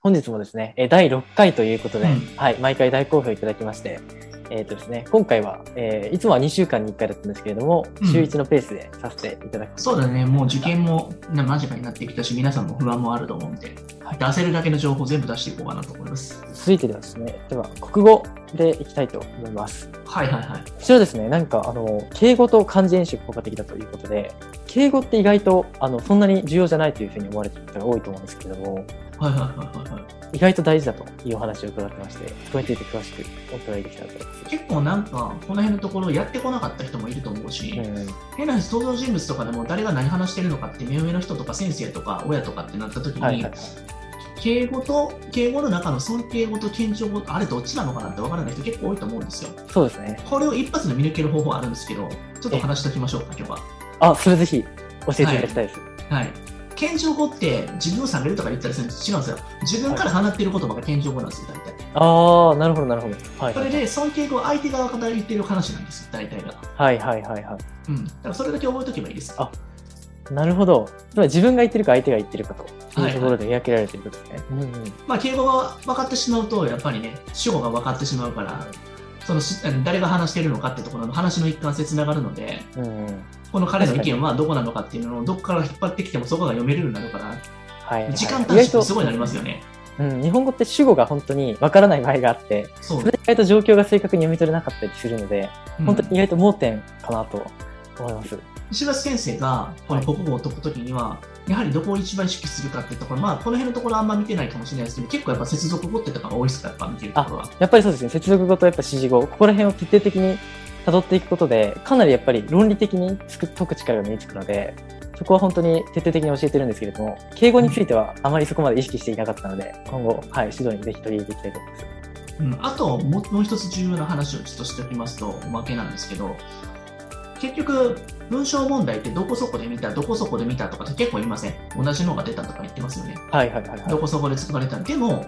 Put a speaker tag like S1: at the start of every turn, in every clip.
S1: 本日もですね、えー第6回ということで、
S2: うん
S1: はい、毎回大好評いただきまして、えーとですね、今回は、えーいつもは2週間に1回だったんですけれども、
S2: うん
S1: 週1のペースでさせていただく
S2: そうだね、もう受験もな間近になってきたし、皆さんも不安もあると思うんで、
S1: はい
S2: 出せるだけの情報全部出していこうかなと思います。
S1: 続いてではですね、では、国語でいきたいと思います。
S2: はいはいはい。
S1: こちらですね、なんか、あの、敬語と漢字演習が効果的だということで、敬語って意外と、あの、そんなに重要じゃないというふうに思われている方が多いと思うんですけれども、
S2: はいはいはいはいはい。
S1: 意外と大事だというお話を伺ってまして、そこについて詳しくお伺いできたらと思います。
S2: 結構なんか、この辺のところやってこなかった人もいると思うし、
S1: うん
S2: 変な登場人物とかでも誰が何話してるのかって、目上の人とか先生とか親とかってなった時に、
S1: はいはいはい
S2: 敬語と、敬語の中の尊敬語と謙譲語、あれどっちなのかなってわからない人結構多いと思うんですよ。
S1: そうですね。
S2: これを一発で見抜ける方法あるんですけど、ちょっと話しておきましょうか、今日は。
S1: あ、それぜひ教えていただきたいです。
S2: はい。謙譲語って自分を下げるとか言ったりするんです違うんですよ。自分から放っている言葉が謙譲語なんですよ、大体。
S1: ああ、なるほど、なるほど。はい。
S2: それで尊敬語は相手側から言っている話なんですよ、大体が。
S1: はいはいはいは
S2: うん。だからそれだけ覚えておけばいいです。
S1: あい。なるほど。つまり自分が言ってるか相手が言ってるかと
S2: はいいう
S1: ところで見分けられてることですね。うんうん。
S2: まあ、敬語が分かってしまうと、やっぱりね、主語が分かってしまうから、そのし誰が話しているのかってところの話の一貫性つながるので、
S1: うんうん。
S2: この彼の意見はどこなのかっていうのをどこから引っ張ってきてもそこが読めるようになるから、
S1: はい、はい。
S2: 時間短縮ってすごい
S1: 意
S2: なりま
S1: 外
S2: すよね。
S1: と。うん、日本語って主語が本当にわからない場合があって、
S2: そう
S1: それ。で意外と状況が正確に読み取れなかったりするので、
S2: うん
S1: 本当に意外と盲点かなと思います。
S2: 石橋先生がこの国語を解くときには、やはりどこを一番意識するかってところ、まあ、この辺のところあんま見てないかもしれないですけど、結構やっぱ接続語ってとかが多いですから、やっぱ見てるところは
S1: あ。、やっぱりそうですね。接続語とやっぱ指示語、ここら辺を徹底的に辿っていくことで、かなりやっぱり論理的につく解く力が身につくので、そこは本当に徹底的に教えてるんですけれども、敬語についてはあまりそこまで意識していなかったので、今後、はい、指導にぜひ取り入れていきたいと思います。
S2: うん、あともう、もう一つ重要な話をちょっとしておきますと、おまけなんですけど、結局、文章問題ってどこそこで見た、どこそこで見たとかって結構言いません。同じのが出たとか言ってますよね。
S1: はいはいはい、は
S2: ど
S1: い。
S2: こそこで使われた。でも、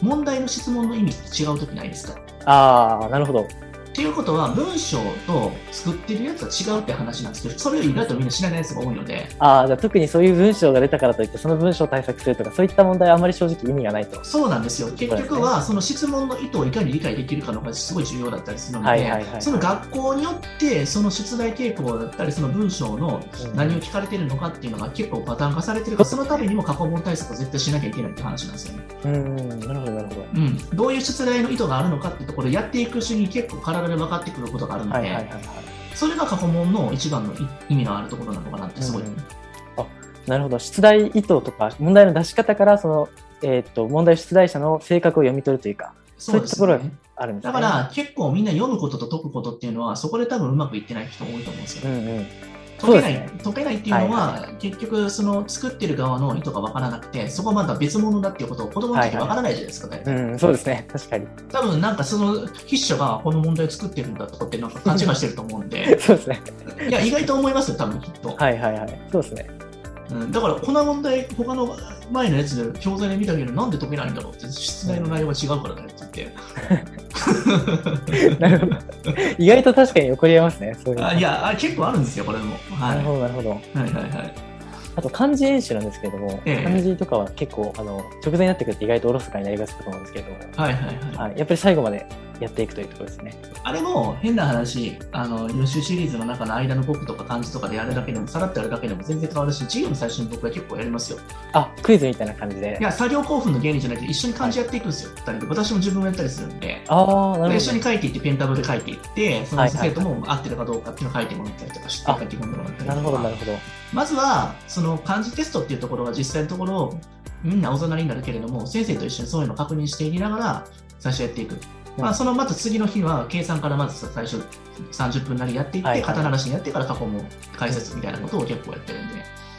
S2: 問題の質問の意味って違うときないですか
S1: あー、なるほど。
S2: っていうことは、文章と作ってるやつは違うって話なんですけど、それを意外とみんな知らないやつが多いので、
S1: あー、じゃあ特にそういう文章が出たからといって、その文章を対策するとか、そういった問題はあまり正直意味がないと。
S2: そうなんですよ。結局は、その質問の意図をいかに理解できるかのがすごい重要だったりするので、
S1: はいはいはい
S2: その学校によって、その出題傾向だったり、その文章の
S1: うん
S2: 何を聞かれてるのかっていうのが結構パターン化されてるから、そのためにも過去問対策を絶対しなきゃいけないって話なんですよね。
S1: うんうん、なるほどなるほど。
S2: うん。どういう出題の意図があるのかってところをやっていくうちに結構体で分かってくることがあるので、
S1: はいはいはいはい。
S2: それが過去問の一番の意味のあるところなのかなってすごい。
S1: うんあなるほど出題意図とか問題の出し方からその、えー、と問題出題者の性格を読み取るというか
S2: そうです
S1: そ
S2: よ
S1: ういったところが
S2: ね。
S1: あるんです
S2: だ
S1: ね
S2: から結構みんな読むことと解くことっていうのはそこで多分うまくいってない人多いと思うんですよ
S1: う。んうんそ
S2: 解
S1: うです
S2: けない、
S1: ね
S2: 解けないっていうのは、
S1: はい
S2: 結局その作ってる側の意図が分からなくてそこはまだ別物だっていうことを子供の時分からないじゃないですか、ね
S1: うん、そうですね確かに
S2: 多分なんかその筆者がこの問題を作ってるんだとかってなんか勘違いしてると思う んで
S1: そうですね
S2: いや意外と思いますよ多分きっと、
S1: はいはいはいそうですね
S2: うん、だからこの問題他の前のやつで教材で見たけどなんで解けないんだろうって出題の内容が違うからだよって言って
S1: なるほど意外と確かに起こりえますねそういうの
S2: あいやあ結構あるんですよこれも、は、
S1: ないるほどなるほど
S2: はいはいはい
S1: あと漢字演習なんですけれども、
S2: ええ
S1: 漢字とかは結構あの直前になってくると意外とおろそかになりがちだと思うんですけれども、
S2: はいはいはい
S1: はい、やっぱり最後までやっていくというところですね
S2: あれも変な話、あの予習シリーズの中の間の僕とか漢字とかでやるだけでも、さらってやるだけでも全然変わるし、授業の最初に僕は結構やりますよ。
S1: あクイズみたいな感じで
S2: いや、作業興奮の原理じゃなくて、一緒に漢字やっていくんですよ、二人で。私も自分もやったりするんで。
S1: ああなる
S2: で
S1: ほ
S2: 一緒
S1: ど
S2: に書いていって、ペンタブで書いていって、そ
S1: は
S2: の
S1: いはい
S2: 生徒も合ってるかどうかっていうのを書いてもらったりとかして、
S1: あ
S2: 書いてもらったり
S1: なる
S2: と
S1: ほどな
S2: か
S1: る。ほど
S2: まずは、その漢字テストっていうところは実際のところ、みんなおざなりになるけれども、先生と一緒にそういうのを確認していきながら、最初やっていく。まあ、そのまず次の日は、計算からまず最初30分なりやっていっ
S1: はい
S2: て、肩慣らしにやってから過去問解説みたいなことを結構やってるんで、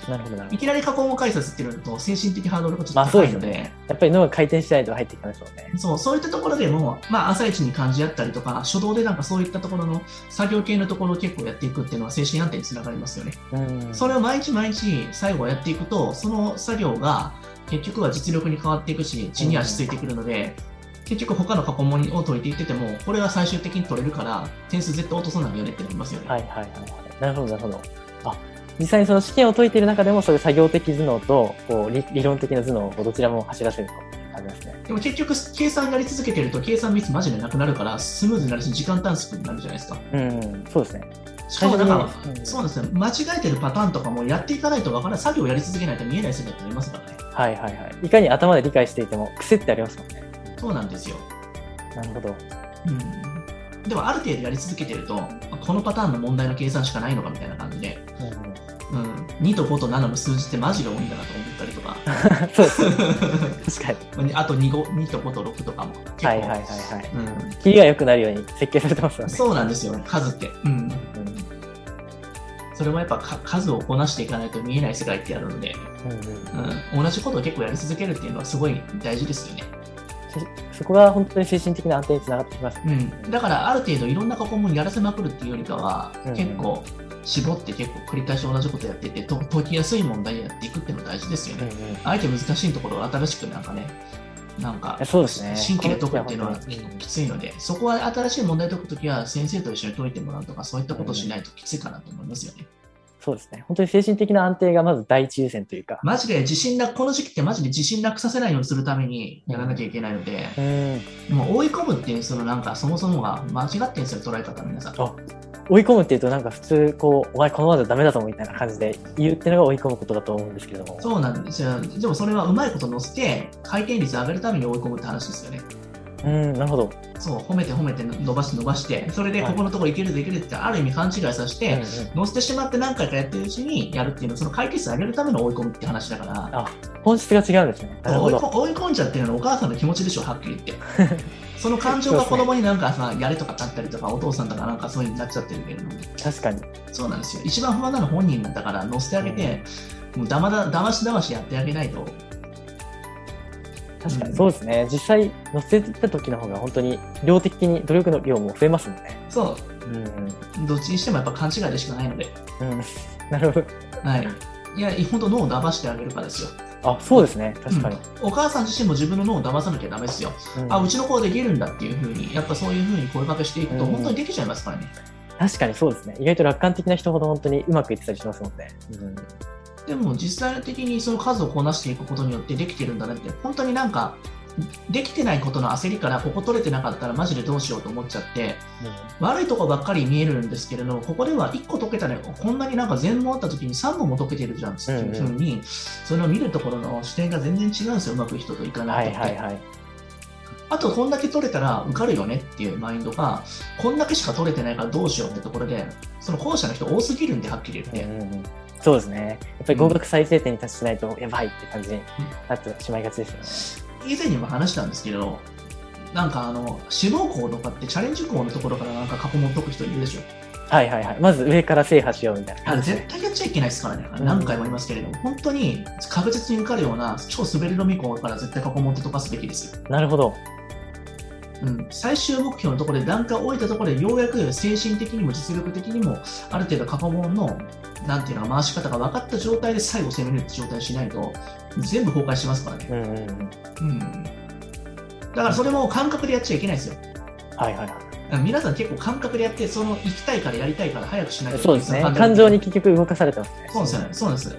S1: なるほどなるほど
S2: いきなり過去問解説っていうのと、精神的ハードルがちょっ
S1: ま
S2: と
S1: あそう
S2: 高
S1: で
S2: い
S1: す
S2: ので、
S1: やっぱり脳が回転しないと入ってきないですもんね。
S2: そう、そういったところでも、まあ、朝一に漢字やったりとか、初動でなんかそういったところの作業系のところを結構やっていくっていうのは精神安定につながりますよね。
S1: うん
S2: それを毎日毎日最後やっていくと、その作業が結局は実力に変わっていくし、地に足ついてくるので、結局他の過去問を解いていってても、これは最終的に取れるから、点数絶対落とさないよねってなりますよね。
S1: はいはいはいはい。なるほどなるほど。あ実際にその試験を解いている中でもそういう作業的頭脳とこう理理論的な頭脳をどちらも走らせると感じますね。
S2: でも結局、計算やり続けてると、計算ミスマジでなくなるから、スムーズになるし、時間短縮になるじゃないですか。
S1: うん、そうですね。
S2: しかもなんか、
S1: 最初にうん
S2: そうなんですね、間違えてるパターンとかもやっていかないとわからない、作業をやり続けないと見えない世界ってありますからね。
S1: はいはいはい。いかに頭で理解していても癖ってありますもんね。
S2: そうなんですよ。
S1: なるほど。
S2: うん。でも、ある程度やり続けてると、このパターンの問題の計算しかないのかみたいな感じで、
S1: うんうん、
S2: うん、2と5と7の数字ってマジで多いんだなと思ったり とか、
S1: そうですね。確かに。
S2: あと 2, 5 2と5と6とかも結構、
S1: はいはいはいはい。
S2: うん、
S1: キりが良くなるように設計されてますよね。
S2: そうなんですよ、数って。うん。
S1: う
S2: それもやっぱか数をこなしていかないと見えない世界ってあるので、
S1: んうんうん
S2: うん、同じことを結構やり続けるっていうのはすごい大事ですよね。
S1: そこが本当に精神的な安定につながってきます。
S2: うん。だからある程度いろんな過去問やらせまくるっていうよりかは
S1: うん、
S2: 結構絞って結構繰り返し同じことやってて、と解きやすい問題やっていくっていうのが大事ですよ
S1: うん
S2: ね。
S1: うん
S2: あえて難しいところを新しくなんかね、なんか
S1: いやそうですね
S2: 神経で解くっていうのは
S1: この時期は本当に
S2: きついので、そこは新しい問題解くときは先生と一緒に解いてもらうとか、そういったことをしないときついかなと思いますよね。
S1: そうですね。本当に精神的な安定がまず第一優先というか。
S2: マジで自信な、この時期ってマジで自信なくさせないようにするためにやらなきゃいけないので、
S1: うん。
S2: もう追い込むっていう、そのなんかそもそもが間違ってるんですよ、捉え方、皆さん。
S1: あ追い込むっていうとなんか普通こう、お前このままじゃダメだぞみたいな感じで言うっていうのが追い込むことだと思うんですけども。
S2: そうなんですよ。でもそれはうまいこと乗せて、回転率上げるために追い込むって話ですよね。
S1: うん、なるほど。
S2: そう、褒めて褒めて伸ばして伸ばして、それでここのところいけるぞいけるぞってある意味勘違いさせて、
S1: うんうん
S2: 乗せてしまって何回かやってるうちにやるっていうのはその解決上げるための追い込みって話だから
S1: 本質が違うんですね。なる
S2: 追
S1: ほ
S2: い
S1: ど。
S2: 込追い込んじゃってるのはお母さんの気持ちでしょはっきり言ってその感情が子供になんかさ、やれとかだったりとかお父さんとかなんかそういうになっちゃってるけれども
S1: 確かに。
S2: そうなんですよ一番不安なの本人だから乗せてあげて、もうだまだだましだましやってあげないと
S1: 確か
S2: う
S1: に。
S2: ん
S1: そうですね。実際乗せてた時の方が本当に量的に努力の量も増えますもんね。
S2: そ
S1: うん。
S2: うどっちにしてもやっぱ勘違いでしかないので
S1: うん。なるほど。
S2: はいいや本当脳を騙してあげるかですよ
S1: あ、そうですね。確かに。
S2: うんお母さん自身も自分の脳を騙さなきゃダメですよ
S1: うん
S2: あうちの子はできるんだっていうふうに、やっぱそういうふうに声かけしていくと、
S1: うん
S2: 本当にできちゃいますからね。
S1: 確かにそうですね。意外と楽観的な人ほど本当にうまくいってたりしますもんね。うん。
S2: でも実際的にその数をこなしていくことによってできてるんだねって、本当になんか、できてないことの焦りから、ここ取れてなかったらマジでどうしようと思っちゃって、悪いとこばっかり見えるんですけれども、ここでは1個解けたね、こんなになんか全問あった時に3問も解けてるじゃんっていうふうに、それを見るところの視点が全然違うんですよ、うまくいく人といか
S1: うん
S2: な
S1: はいい
S2: 人っ
S1: はい
S2: て。
S1: はい。
S2: あと、こんだけ取れたら受かるよねっていうマインドが、こんだけしか取れてないからどうしようってところで、その後者の人多すぎるんで、はっきり言って。
S1: うんうんうんそうですね。やっぱり合格最低点に達しないとやばいって感じになってしまいがちです
S2: 以前にも話したんですけど、なんかあの、志望校とかってチャレンジ校のところからなんか過去問解く人いるでしょ。
S1: よね。はいはいはい。まず上から制覇しようみたいな
S2: あれ
S1: 感じ
S2: 絶
S1: で。
S2: 対やっちゃいけないですからね。
S1: うん
S2: 何回も言いますけれども、本当に確実に受かるような超滑り止み校から絶対過去問って解かすべきですよ。
S1: なるほど。
S2: うん、最終目標のところで段階を置いたところでようやく精神的にも実力的にもある程度過去問のなんていうの回し方が分かった状態で最後攻めるって状態にしないと全部崩壊しますからね、
S1: うんうんうん。
S2: うん、だからそれも感覚でやっちゃいけないですよ
S1: はいはいは
S2: 皆さん結構感覚でやってその行きたいからやりたいから早くしない
S1: い。
S2: と
S1: そうですね。
S2: その
S1: 感情に結局動かされてますね。
S2: そうですよねそうなんです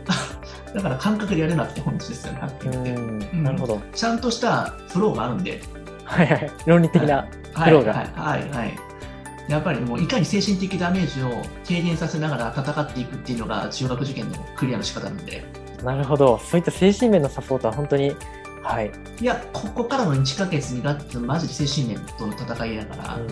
S2: だから感覚でやるなって本質ですよねはっきり言って
S1: うん。なるほど。
S2: ちゃんとしたフローがあるんで
S1: はいはい。論理的な。
S2: はい
S1: 苦労が
S2: はいはいはいやっぱりもういかに精神的ダメージを軽減させながら戦っていくっていうのが中学受験のクリアの仕方なんで
S1: なるほど。そういった精神面のサポートは本当に、はい。
S2: いやここからの1ヶ月2ヶ月マジで精神面との戦いだから、
S1: うん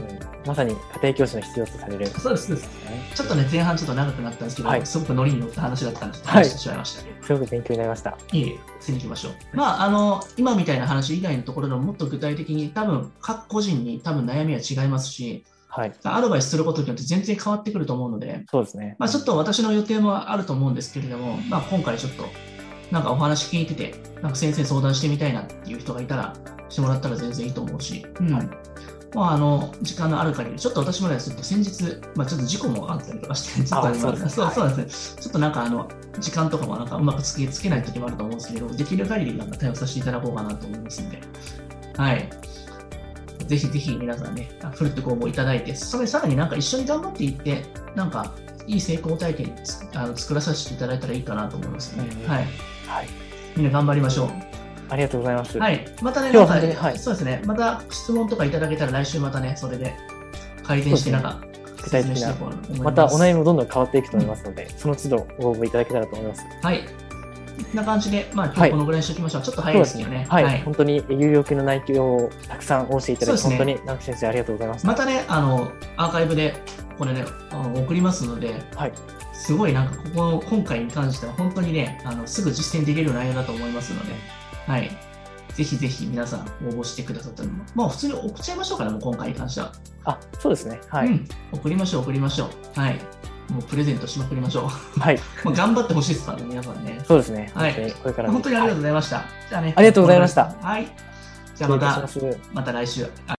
S1: まさに家庭教師の必要とされる。
S2: そうですそうですちょっとね前半ちょっと長くなったんですけど、
S1: はい
S2: すごくノリに乗った話だったんですけど
S1: はい
S2: 話してしまいました、
S1: すごく勉強になりました。
S2: いえいえ、次行きましょう。まあ、あの、今みたいな話以外のところでももっと具体的に、多分、各個人に多分悩みは違いますし、
S1: はい。
S2: アドバイスすることによって全然変わってくると思うので、
S1: そうですね。
S2: まあ、ちょっと私の予定もあると思うんですけれども、まあ、今回ちょっと、なんかお話聞いてて、なんか先生に相談してみたいなっていう人がいたら、してもらったら全然いいと思うし、うん
S1: はい
S2: まあ、あの時間のある限り、ちょっと私もね、ちょっと先日、まあ、ちょっと事故もあったりとかして、ちょっとあれ
S1: そうですね
S2: そう
S1: はい
S2: そうなんですね、ちょっとなんかあの、時間とかもなんかうまくつけつけない時もあると思うんですけど、できる限りなんか対応させていただこうかなと思いますんで、はい。ぜひぜひ皆さんね、フルってご応募いただいて、それさらになんか一緒に頑張っていって、なんかいい成功体験つあの作らさせていただいたらいいかなと思いますね。
S1: うん
S2: はい。
S1: はい。
S2: みんな頑張りましょ
S1: ありがとうございます。
S2: う。はい。またね、
S1: 今日は本
S2: なんか
S1: 当にはい
S2: そうですね。また質問とかいただけたら来週またね、それで改善してなんか
S1: 具体
S2: 説明
S1: 的
S2: してい
S1: な。
S2: こうと思います。
S1: またお悩みもどんどん変わっていくと思いますので、その都度ご応募いただけたらと思います。
S2: はい。こんな感じで、まあ今
S1: は
S2: 日
S1: い
S2: このぐらいにしておきましょう。ちょっと早
S1: そ
S2: いうで
S1: ですす
S2: けどね。
S1: はい、本当に有料級の内容をたくさんお教えいただき、
S2: そうで
S1: 本
S2: す
S1: 当
S2: ね
S1: に直木先生ありがとうございます。
S2: またね、あの、アーカイブで、これね、あの送りますので、
S1: はい、
S2: すごいなんか、ここの、今回に関しては、本当にね、あの、すぐ実践できる内容だと思いますので、はい。ぜひぜひ皆さん応募してくださったのも、まあ普通に送っちゃいましょうから、もう今回に関しては。
S1: あ、そうですね。はい、
S2: うん。送りましょう、送りましょう。はい。もうプレゼントしまくりましょう。
S1: はい、
S2: まあ頑張ってほしいですからね、皆さんね。
S1: そうですね。
S2: はい
S1: 本当にこれからも
S2: 本当にありがとうございました。じゃあね。
S1: ありがとうございました
S2: はい。じゃあまた、
S1: 失礼いたします
S2: また来週。